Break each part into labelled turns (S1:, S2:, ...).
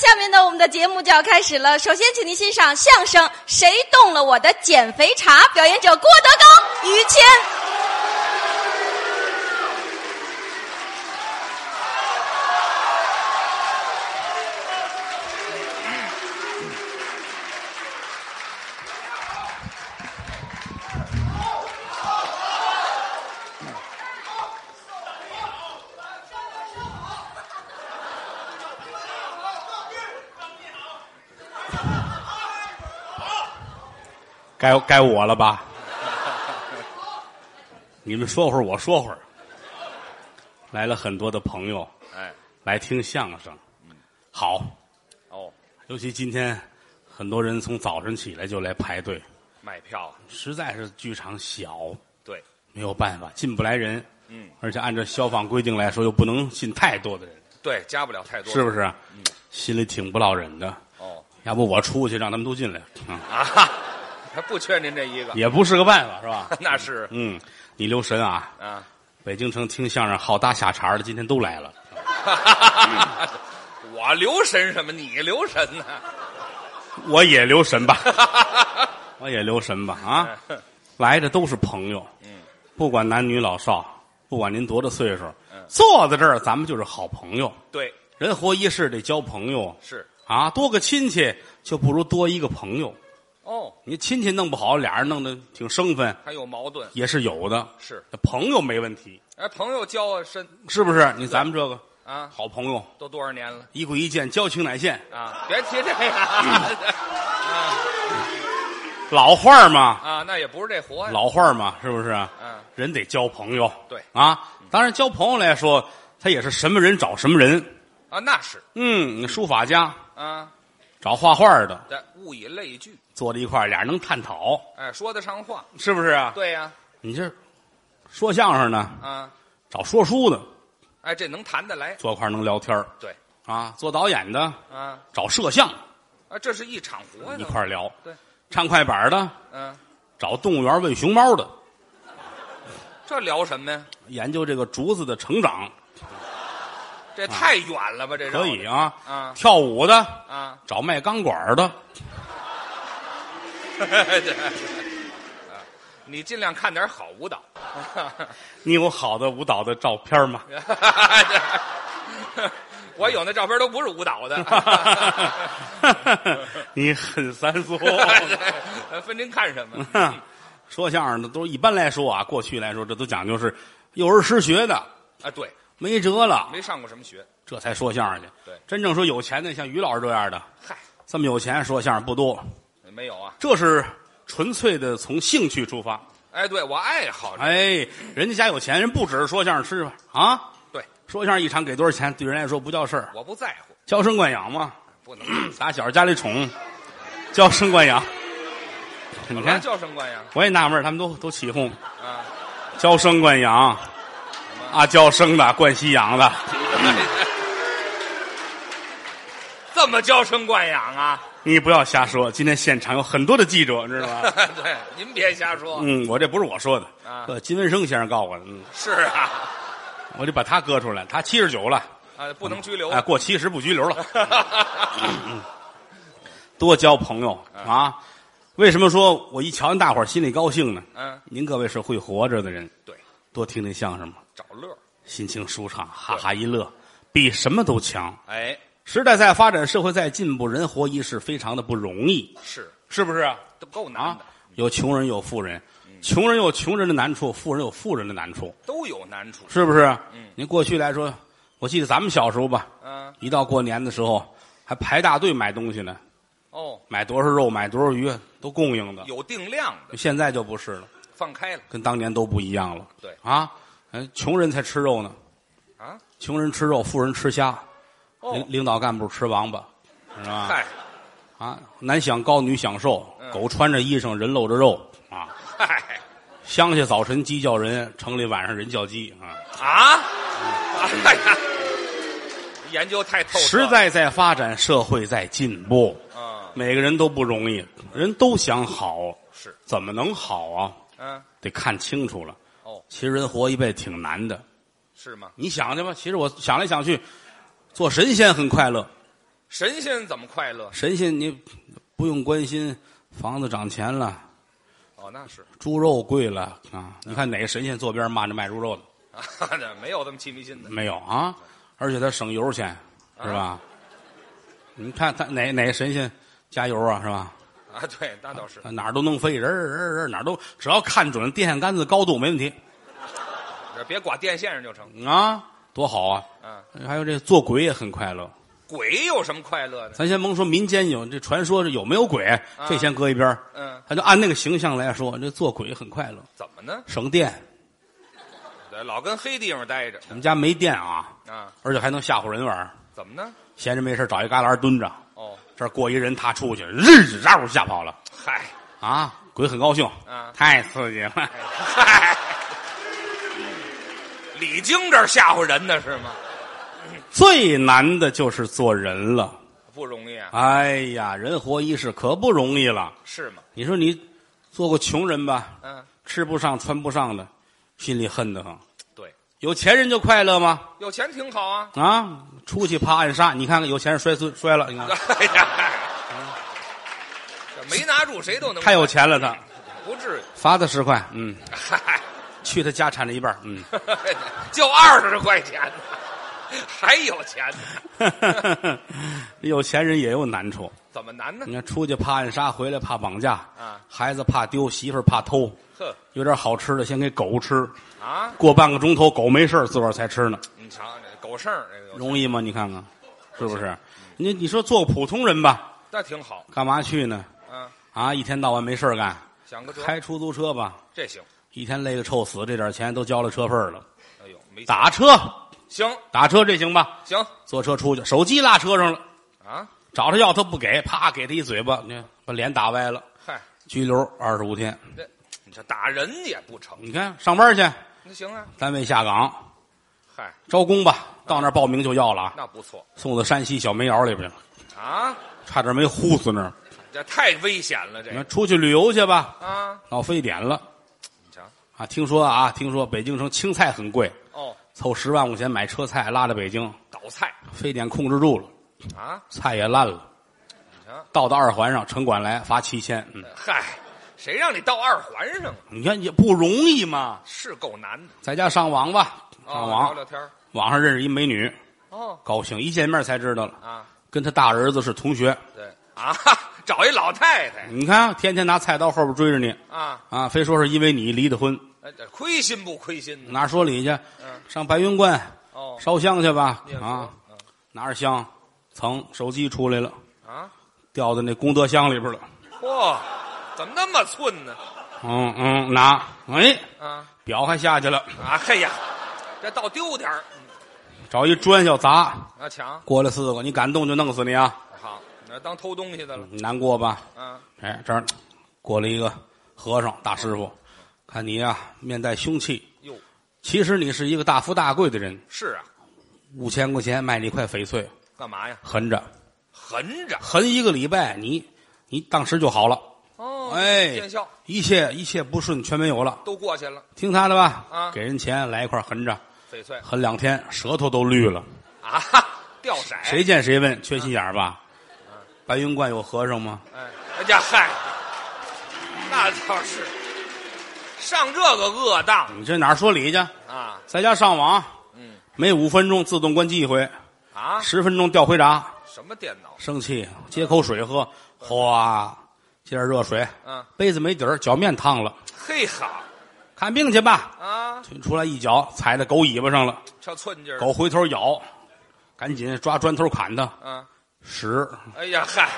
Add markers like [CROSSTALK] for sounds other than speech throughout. S1: 下面呢，我们的节目就要开始了。首先，请您欣赏相声《谁动了我的减肥茶》，表演者郭德纲、于谦。
S2: 该该我了吧？你们说会儿，我说会儿。来了很多的朋友
S3: 哎，
S2: 来听相声，好，
S3: 哦，
S2: 尤其今天很多人从早晨起来就来排队，
S3: 卖票，
S2: 实在是剧场小，
S3: 对，
S2: 没有办法进不来人。
S3: 嗯，
S2: 而且按照消防规定来说，又不能进太多的人，
S3: 对，嗯加不了太多，
S2: 是不是？心里挺不落忍的。
S3: 哦，
S2: 要不我出去让他们都进来，嗯，
S3: 啊， [LAUGHS] 哈，还不缺您这一个，
S2: 也不是个办法，是吧？
S3: 那是
S2: 嗯，你留神啊，
S3: 啊，
S2: 北京城听相声好搭下茬儿的，今天都来了。嗯
S3: [LAUGHS] 我留神什么？你留神呢？
S2: 我也留神吧， [LAUGHS] 我也留神吧啊！来的都是朋友，
S3: [LAUGHS] 嗯，
S2: 不管男女老少，不管您多大岁数
S3: 嗯，
S2: 坐在这儿咱们就是好朋友。
S3: 对，
S2: 人活一世得交朋友
S3: 是，
S2: 啊，多个亲戚就不如多一个朋友。
S3: 哦，
S2: 你亲戚弄不好，俩人弄得挺生分，
S3: 还有矛盾，
S2: 也是有的。
S3: 是，
S2: 朋友没问题，
S3: 哎，朋友交啊深
S2: 是不是？你咱们这个
S3: 啊，
S2: 好朋友，
S3: 都多少年了
S2: 一跪一见，交情乃现，
S3: 啊？别提这个 [LAUGHS] 啊
S2: 嗯老话儿嘛，
S3: 啊，那也不是这活呀，
S2: 老话儿嘛，是不是？
S3: 嗯，
S2: 人得交朋友。
S3: 对
S2: 啊，当然交朋友来说，他也是什么人找什么人。
S3: 啊，那是
S2: 嗯，你书法家
S3: 啊，
S2: 找画画的，
S3: 但物以类聚，
S2: 坐在一块儿，俩人能探讨，
S3: 哎，说得上话，
S2: 是不是啊？
S3: 对呀，
S2: 你这说相声呢，
S3: 啊，
S2: 找说书的，
S3: 哎，这能谈得来，
S2: 坐一块儿能聊天儿
S3: 对，
S2: 啊。做导演的
S3: 啊
S2: 找摄像
S3: 啊，这是一场活呀，
S2: 一块儿聊，
S3: 对，
S2: 唱快板的
S3: 嗯，
S2: 找动物园喂熊猫的，
S3: 这聊什么呀？
S2: 研究这个竹子的成长，
S3: 这太远了吧？这
S2: 可
S3: 绕的
S2: 以啊。
S3: 啊
S2: 跳舞的
S3: 啊！ [LAUGHS]
S2: 找卖钢管的，
S3: 啊你尽量看点好舞蹈。 [LAUGHS]
S2: 你有好的舞蹈的照片吗？
S3: 我有那照片都不是舞
S2: [LAUGHS]
S3: 蹈的， [LAUGHS]
S2: 你很三
S3: [LAUGHS]
S2: 俗。
S3: 分您看什么？
S2: 说相声的都一般来说啊，过去来说这都讲究是幼儿失学的，
S3: 啊，对，
S2: 没辙了，
S3: 没上过什么学。
S2: 这才说相声去。
S3: 对
S2: 真正说有钱的，像于老师这样的，
S3: 嗨，
S2: 这么有钱说相声不多，
S3: 没有啊。
S2: 这是纯粹的从兴趣出发。
S3: 哎，对我爱好这，
S2: 哎，人家家有钱，人不只是说相声吃饭啊，
S3: 对，
S2: 说相声一场给多少钱，对人来说不叫事儿，
S3: 我不在乎，
S2: 娇生惯养嘛。
S3: 不
S2: [LAUGHS]
S3: 能。
S2: 打小家里宠，娇生惯养。你
S3: 本来
S2: 看，
S3: 娇生惯养
S2: 我也纳闷儿，他们都都起哄，
S3: 啊，
S2: 娇生惯养，啊，娇生的，惯西洋的，
S3: [LAUGHS] 这么娇生惯养啊？
S2: 你不要瞎说。今天现场有很多的记者，知道吧？
S3: [LAUGHS] 对，您别瞎说。
S2: 嗯，我这不是我说的，
S3: 啊
S2: 呃，金文生先生告我的，嗯，
S3: 是啊，
S2: 我得把他搁出来。他七十九了，
S3: 啊，不能拘留
S2: 哎，。过七十不拘留了。多交朋友啊！为什么说我一瞧见大伙儿心里高兴呢？
S3: [LAUGHS] 嗯，
S2: 您各位是会活着的人，
S3: 对，
S2: 多听听相声吧。
S3: 找乐儿。
S2: 心情舒畅，哈哈一乐，比什么都强。
S3: 哎，
S2: 时代在发展，社会在进步，人活一世非常的不容易，
S3: 是，
S2: 是不是啊？
S3: 都够难
S2: 啊
S3: 的，嗯
S2: 有穷人有富人，穷人有穷人的难处，富人有富人的难处，
S3: 都有难处。
S2: 是不是？嗯，您过去来说，我记得咱们小时候吧，
S3: 嗯，
S2: 一到过年的时候还排大队买东西呢，
S3: 哦，
S2: 买多少肉，买多少鱼都供应的。
S3: 有定量的，
S2: 现在就不是了，
S3: 放开了
S2: 跟当年都不一样了。
S3: 对
S2: 啊，嗯，穷人才吃肉呢，
S3: 啊。
S2: 穷人吃肉，富人吃虾。领
S3: 哦，
S2: 领导干部吃王八，是吧？
S3: 嗨
S2: 啊，男享高，女享受，
S3: 嗯
S2: 狗穿着衣裳，人露着肉啊。
S3: 嗨
S2: 乡下早晨鸡叫人，城里晚上人叫鸡啊。
S3: 啊！哎呀，研究太透彻
S2: 时
S3: 了，
S2: 代在发展，社会在进步，
S3: 嗯
S2: 每个人都不容易，人都想好，
S3: 是
S2: 怎么能好啊？
S3: 嗯
S2: 得看清楚了。
S3: 哦
S2: 其实人活一辈子挺难的，
S3: 是吗？
S2: 你想去吧。其实我想来想去，做神仙很快乐，
S3: 神仙怎么快乐？
S2: 神仙你不用关心，房子涨钱了，
S3: 哦，那是
S2: 猪肉贵了啊！你看哪个神仙坐边骂着卖猪肉的？
S3: 啊，那没有这么气迷心的。
S2: 没有啊，而且他省油钱是吧？你看他哪哪个神仙加油啊是吧？
S3: 啊，对，那倒是
S2: 啊哪儿都能飞，人儿人儿人儿哪儿都只要看准电线杆子高度没问题
S3: 这别挂电线上就成。
S2: 啊，多好啊！
S3: 啊，
S2: 还有这做鬼也很快乐。
S3: 鬼有什么快乐的？
S2: 咱先甭说民间有这传说，有没有鬼，这先搁一边儿
S3: 嗯，
S2: 他就按那个形象来说，这做鬼很快乐，
S3: 怎么呢？
S2: 省电。
S3: 对老跟黑地方待着
S2: 我们家没电啊，
S3: 啊？
S2: 而且还能吓唬人玩儿。
S3: 怎么呢？
S2: 闲着没事找一旮旯蹲着，
S3: 哦，
S2: 这儿过一人，他出去，日家伙吓跑了
S3: 嗨，
S2: 啊！鬼很高兴
S3: 啊
S2: 太刺激了。
S3: 哎嗨， [LAUGHS] 李菁这儿吓唬人呢是吗？
S2: 最难的就是做人了。
S3: 不容易啊，
S2: 哎呀，人活一世可不容易了。
S3: 是吗？
S2: 你说你做过穷人吧，
S3: 嗯，
S2: 吃不上穿不上的，心里恨得很。
S3: 对，
S2: 有钱人就快乐吗？
S3: 有钱挺好啊。 [LAUGHS]
S2: 啊，出去啪暗杀，你看看有钱人摔碎摔了，你看
S3: [LAUGHS]
S2: 看
S3: 哎呀，这没拿住谁都能
S2: 太有钱了他，
S3: 不至于。
S2: 罚他十块，嗯，
S3: 嗨， [LAUGHS]
S2: 去他家产的一半，嗯， [LAUGHS]
S3: 就二十块钱呢，还有钱呢？
S2: 有钱人也有难处，
S3: 怎么难呢
S2: 你？看出去怕暗杀，回来怕绑架，
S3: 啊
S2: 孩子怕丢，媳妇儿怕偷，
S3: 呵
S2: 有点好吃的先给狗吃，
S3: 啊，
S2: 过半个钟头狗没事儿自个儿才吃呢，
S3: 你瞧这狗剩儿这个有钱，
S2: 容易吗？你看看，是不是？你你说做个普通人吧，
S3: 那挺好。
S2: 干嘛去呢？
S3: 嗯，
S2: 啊，一天到晚没事儿干，
S3: 想个辙，
S2: 开出租车吧，
S3: 这行。
S2: 一天累个臭死，这点钱都交了车费儿了。
S3: 哎呦，没
S2: 打车，
S3: 行
S2: 打车这行吧？
S3: 行
S2: 坐车出去，手机落车上了，
S3: 啊，
S2: 找他要他不给，啪给他一嘴巴，你看把脸打歪了，
S3: 嗨，
S2: 拘留二十五天。
S3: 这你这打人也不成，
S2: 你看上班去，
S3: 那行啊，
S2: 单位下岗
S3: 嗨，
S2: 招工吧，到那儿报名就要了啊，
S3: 那不错
S2: 送到山西小煤窑里边了，
S3: 啊，
S2: 差点没呼死那儿。
S3: 这太危险了，这
S2: 你
S3: 个
S2: 看出去旅游去吧，
S3: 啊，
S2: 到非典了
S3: 你瞧，
S2: 啊！听说啊，听说北京城青菜很贵，
S3: 哦，
S2: 凑十万块钱买车菜拉到北京，
S3: 倒菜
S2: 非典控制住了，
S3: 啊，
S2: 菜也烂了，
S3: 你瞧，
S2: 到到二环上，城管来罚七千，嗯。
S3: 嗨，谁让你到二环上了？
S2: 你看也不容易嘛，
S3: 是够难的。
S2: 在家上网吧，
S3: 哦，
S2: 上
S3: 聊
S2: 网，
S3: 聊天儿
S2: 网上认识一美女，
S3: 哦
S2: 高兴，一见面才知道了，
S3: 啊，
S2: 跟他大儿子是同学。
S3: 对啊，找一老太太
S2: 你看，天天拿菜刀后边追着你
S3: 啊，
S2: 啊，非说是因为你离的婚，
S3: 呃这亏心不亏心呢？
S2: 哪说理去？
S3: 嗯
S2: 上白云观
S3: 哦，
S2: 烧香去吧
S3: 念佛
S2: 啊！拿着香，噌，手机出来了，
S3: 嗯啊，
S2: 掉在那功德箱里边了。
S3: 嚯，怎么那么寸呢？
S2: 嗯嗯，拿，哎，
S3: 啊
S2: 表还下去了，
S3: 啊，嘿呀，这倒丢点儿
S2: 找一砖要砸，
S3: 啊，抢
S2: 过来四个，你敢动就弄死你啊！嗯
S3: 好，那当偷东西的了
S2: 难过吧？
S3: 啊，
S2: 哎，这儿过来一个和尚大师傅，看你呀、面带凶气，
S3: 哟，
S2: 其实你是一个大富大贵的人，
S3: 是啊，
S2: 五千块钱卖你一块翡翠，
S3: 干嘛呀？
S2: 横着
S3: 横着
S2: 横一个礼拜，你你当时就好了，
S3: 哦，
S2: 哎
S3: 见效
S2: 一切一切不顺全没有了，
S3: 都过去了，
S2: 听他的吧，
S3: 啊
S2: 给人钱来一块横着，
S3: 翡翠
S2: 横两天舌头都绿了，
S3: 啊，掉色
S2: 谁见谁问，缺心眼儿吧？白云观有和尚吗？
S3: 哎，哎呀嗨，那倒是上这个恶当
S2: 你这哪儿说理去？
S3: 啊，
S2: 在家上网，
S3: 嗯
S2: 每五分钟自动关机一回，
S3: 啊，
S2: 十分钟掉回闸。
S3: 什么电脑？
S2: 生气，接口水喝，哗，接点热水，
S3: 嗯，
S2: 杯子没底儿，脚面烫了，
S3: 嘿哈
S2: 看病去吧。
S3: 啊，
S2: 出来一脚踩在狗尾巴上了，
S3: 这寸劲儿，
S2: 狗回头咬，赶紧抓砖头砍它，
S3: 啊，
S2: 屎
S3: 哎呀嗨，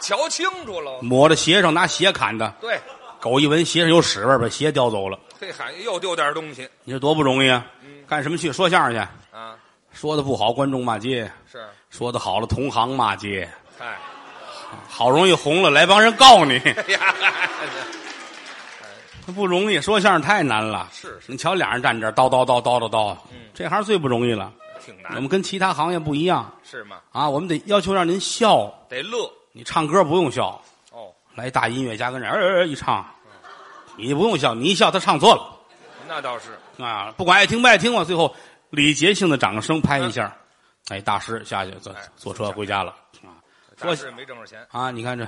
S3: 瞧清楚喽，
S2: 抹在鞋上，拿鞋砍它。
S3: 对，
S2: 狗一闻鞋上有屎味儿，把鞋叼走了。
S3: 嘿哈又丢点东西
S2: 你说多不容易啊！
S3: 嗯
S2: 干什么去？说相声去，
S3: 啊，
S2: 说的不好，观众骂街；
S3: 是，
S2: 说的好了，同行骂街。
S3: 嗨，
S2: 好容易红了，来帮人告
S3: [LAUGHS]
S2: 你，
S3: 哎呀 [LAUGHS] 嗨，
S2: 不容易。说相声太难了。
S3: 是是嗯
S2: 你瞧，俩人站这儿叨叨叨叨叨叨，这行最不容易了。
S3: 挺
S2: 我
S3: 难
S2: 们跟其他行业不一样
S3: 是吗？
S2: 啊，我们得要求让您笑。
S3: 得乐
S2: 你唱歌不用笑，
S3: 哦，
S2: 来大音乐家跟这儿、呃呃一唱，你不用笑，你一笑他唱错了
S3: 那倒是
S2: 啊！不管爱听不爱听吧，最后礼节性的掌声拍一下。哎，大师下去坐
S3: 哎
S2: 坐车回家了啊！
S3: 大师也没挣着钱， [LAUGHS]
S2: 啊！你看这，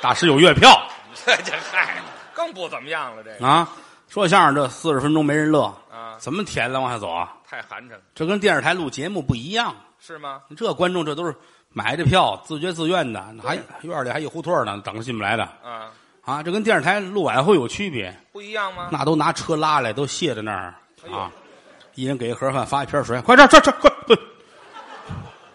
S2: 大师有月票
S3: 这这嗨，更不怎么样了，这个
S2: 啊！说相声这四十分钟没人乐
S3: 啊
S2: 怎么甜了往下走啊？
S3: 太寒碜了，
S2: 这跟电视台录节目不一样，
S3: 是吗？
S2: 这观众这都是买着票自觉自愿的，还院里还一胡同呢，等着进不来的
S3: 啊，
S2: 啊！这跟电视台录晚会有区别，
S3: 不一样吗？
S2: 那都拿车拉来，都卸在那儿啊！一人给一盒饭，发一瓶水，快吃吃吃，快快！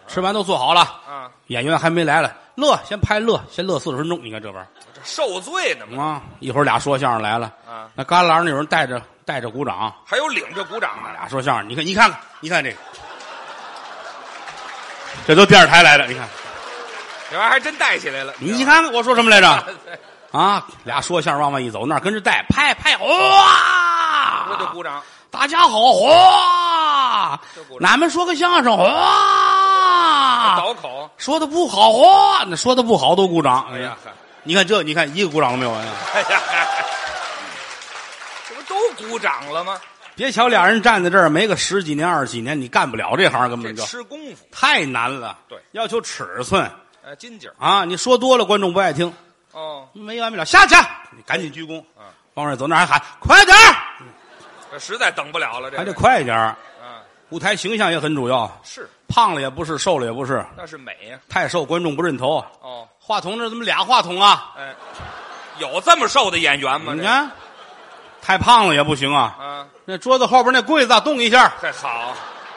S2: 吃完都做好了，
S3: 啊，
S2: 演员还没来了，乐先拍乐，先乐四十分钟，你看这玩意儿。
S3: 这受罪呢嘛，
S2: 啊，一会儿俩说相声来了，
S3: 啊
S2: 那旮旯那有人带着带着鼓掌，
S3: 还有领着鼓掌的，
S2: 俩说相声，你看你看看，你看这个，这都电视台来的，你看
S3: 这玩意儿还真带起来了，哎
S2: 你看看我说什么来着
S3: 对
S2: 啊？俩说相声往外一走，那儿跟着带拍拍，哇，
S3: 那就鼓掌，
S2: 大家好，哇
S3: 就鼓，掌
S2: 俺们说个相声，哇，
S3: 倒口，
S2: 说的不好，哇，那说的不好都鼓掌，哎
S3: 哎呀
S2: 呀，，你看这，你看一个鼓掌都没有，哎呀
S3: [LAUGHS] 哎呀，这不都鼓掌了吗？
S2: 别瞧俩人站在这儿没个十几年二十几年，你干不了这行，根
S3: 这
S2: 本就
S3: 吃功夫，
S2: 太难了。
S3: 对
S2: 要求尺寸
S3: 呃，金姐儿
S2: 啊！你说多了，观众不爱听，
S3: 哦，
S2: 没完没了。下去，你赶紧鞠躬
S3: 嗯，
S2: 往外走，那还喊快点儿，
S3: 这实在等不了了，这
S2: 还得
S3: 个
S2: 快点儿。
S3: 啊，
S2: 舞台形象也很主要，
S3: 是
S2: 胖了也不是，瘦了也不是，
S3: 那是美呀，
S2: 太瘦观众不认头。
S3: 哦，
S2: 话筒这怎么俩话筒啊？
S3: 哎，有这么瘦的演员吗？
S2: 你
S3: 这
S2: 看，太胖了也不行啊。
S3: 啊，
S2: 那桌子后边那柜子啊动一下，
S3: 这好，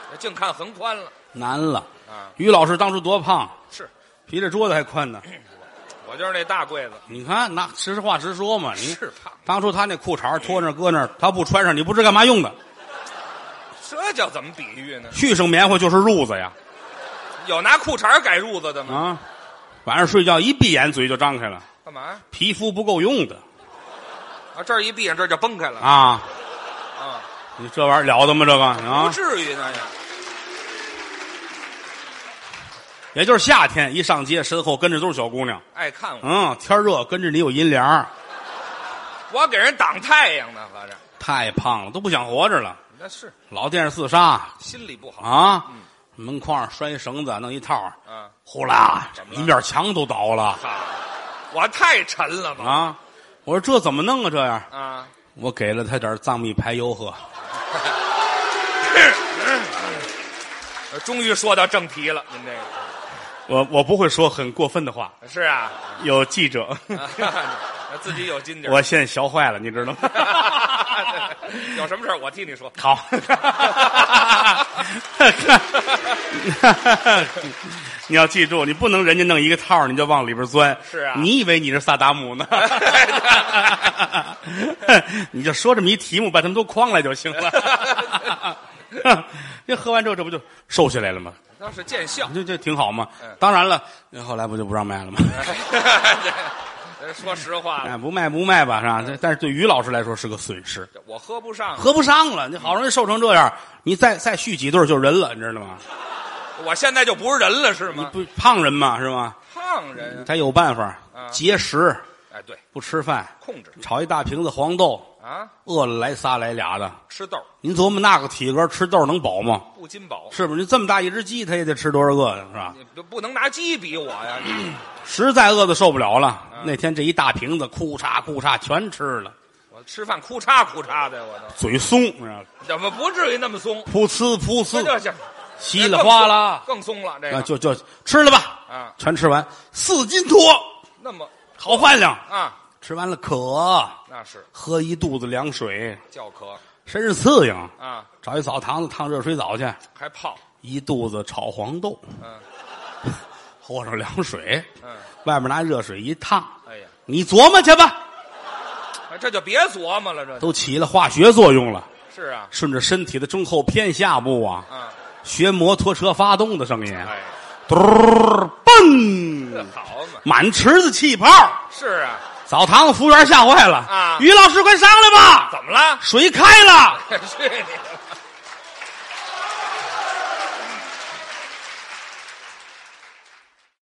S3: 这净看横宽了
S2: 难了。
S3: 啊，
S2: 于老师当初多胖，
S3: 是
S2: 比这桌子还宽呢。
S3: 我就是那大柜子，
S2: 你看，那实话实说嘛，你
S3: 是胖，
S2: 当初他那裤衩脱那儿搁那儿，他不穿上，你不知干嘛用的。
S3: 这叫怎么比喻呢？
S2: 续上棉花就是褥子呀，
S3: 有拿裤衩改褥子的吗？
S2: 啊，晚上睡觉一闭眼嘴就张开了，
S3: 干嘛
S2: 皮肤不够用的
S3: 啊？这儿一闭上，这儿就崩开了
S2: 啊，
S3: 啊！
S2: 你这玩意儿了得吗？这个
S3: 不
S2: 啊，
S3: 至于那样，
S2: 也就是夏天一上街，身后跟着都是小姑娘，
S3: 爱看我，
S2: 嗯，天热跟着你有阴凉儿，
S3: 我给人挡太阳呢，合着
S2: 太胖了都不想活着了，
S3: 那是
S2: 老电视自杀
S3: 心里不好
S2: 啊，门框上拴一绳子，弄一套儿，
S3: 啊。
S2: 呼啦
S3: 怎，么了
S2: 一面墙都倒了
S3: 好，我太沉了吧？
S2: 啊！我说这怎么弄啊？这样。
S3: 啊，
S2: 我给了他点藏秘排油喝，
S3: 呃终于说到正题了，您这个
S2: 我我不会说很过分的话。
S3: 是啊，
S2: 有记
S3: [LAUGHS]
S2: 者，
S3: 啊自己有金点儿。？
S2: 我现在学坏了，你知道吗
S3: [LAUGHS] [LAUGHS] 有什么事儿我替你说。
S2: 好， [LAUGHS] 你要记住，你不能人家弄一个套儿你就往里边钻。
S3: 是啊
S2: 你以为你是萨达姆呢？ [LAUGHS] 你就说这么一题目，把他们都框来就行了。 [LAUGHS] 这喝完之后，这不就瘦下来了吗？
S3: 那是见笑。 [LAUGHS]
S2: 这这挺好嘛
S3: 嗯。
S2: 当然了，后来不就不让卖了吗？
S3: 哎说实话了，
S2: 哎，不卖不卖吧，是吧？这但是对于老师来说是个损失，
S3: 这我喝不上，
S2: 合不上了。你好容易瘦成这样，你再再续几对儿就人了，你知道吗？
S3: 我现在就不是人了，是
S2: 你
S3: 吗？
S2: 不胖人嘛，是吧？
S3: 胖人啊，
S2: 他有办法
S3: 嗯，
S2: 节食，
S3: 哎，对，
S2: 不吃饭，
S3: 控制
S2: 炒一大瓶子黄豆，
S3: 啊，
S2: 饿了来仨来俩的。
S3: 吃豆儿
S2: 您琢磨那个体格吃豆能饱吗？
S3: 不金饱，
S2: 是不是？你这么大一只鸡，他也得吃多少个呀？是吧？
S3: 你不不能拿鸡比我呀，
S2: 实在饿的受不了了
S3: 嗯，
S2: 那天这一大瓶子，库嚓库嚓全吃了，
S3: 我吃饭哭嚓哭嚓的，我都
S2: 嘴松，你知道吗
S3: 怎么不至于那么松？
S2: 噗呲噗
S3: 这
S2: 呲，
S3: 这这
S2: 稀里哗啦。
S3: 更松了，这
S2: 啊，
S3: 个
S2: 就就吃了吧，
S3: 啊
S2: 全吃完，四斤多，
S3: 那么
S2: 好饭量。
S3: 啊，
S2: 吃完了渴，
S3: 那是
S2: 喝一肚子凉水，
S3: 叫咳
S2: 身上刺痒，
S3: 啊，
S2: 找一澡堂子烫热水澡去，
S3: 还泡，
S2: 一肚子炒黄豆，
S3: 嗯
S2: [LAUGHS] 和上凉水，
S3: 嗯，
S2: 外面拿热水一烫，
S3: 哎呀，
S2: 你琢磨去吧，
S3: 哎这就别琢磨了，这就
S2: 都起了化学作用了，
S3: 是啊
S2: 顺着身体的中后偏下部啊，
S3: 啊，
S2: 学摩托车发动的声音，
S3: 哎，
S2: 嘟儿
S3: 这
S2: 蹦，
S3: 好嘛，
S2: 满池子气泡。
S3: 是啊，
S2: 澡堂子服务员吓坏了
S3: 啊
S2: 于老师快上来吧，
S3: 怎么了？ [LAUGHS]
S2: 水开了，
S3: 去你的！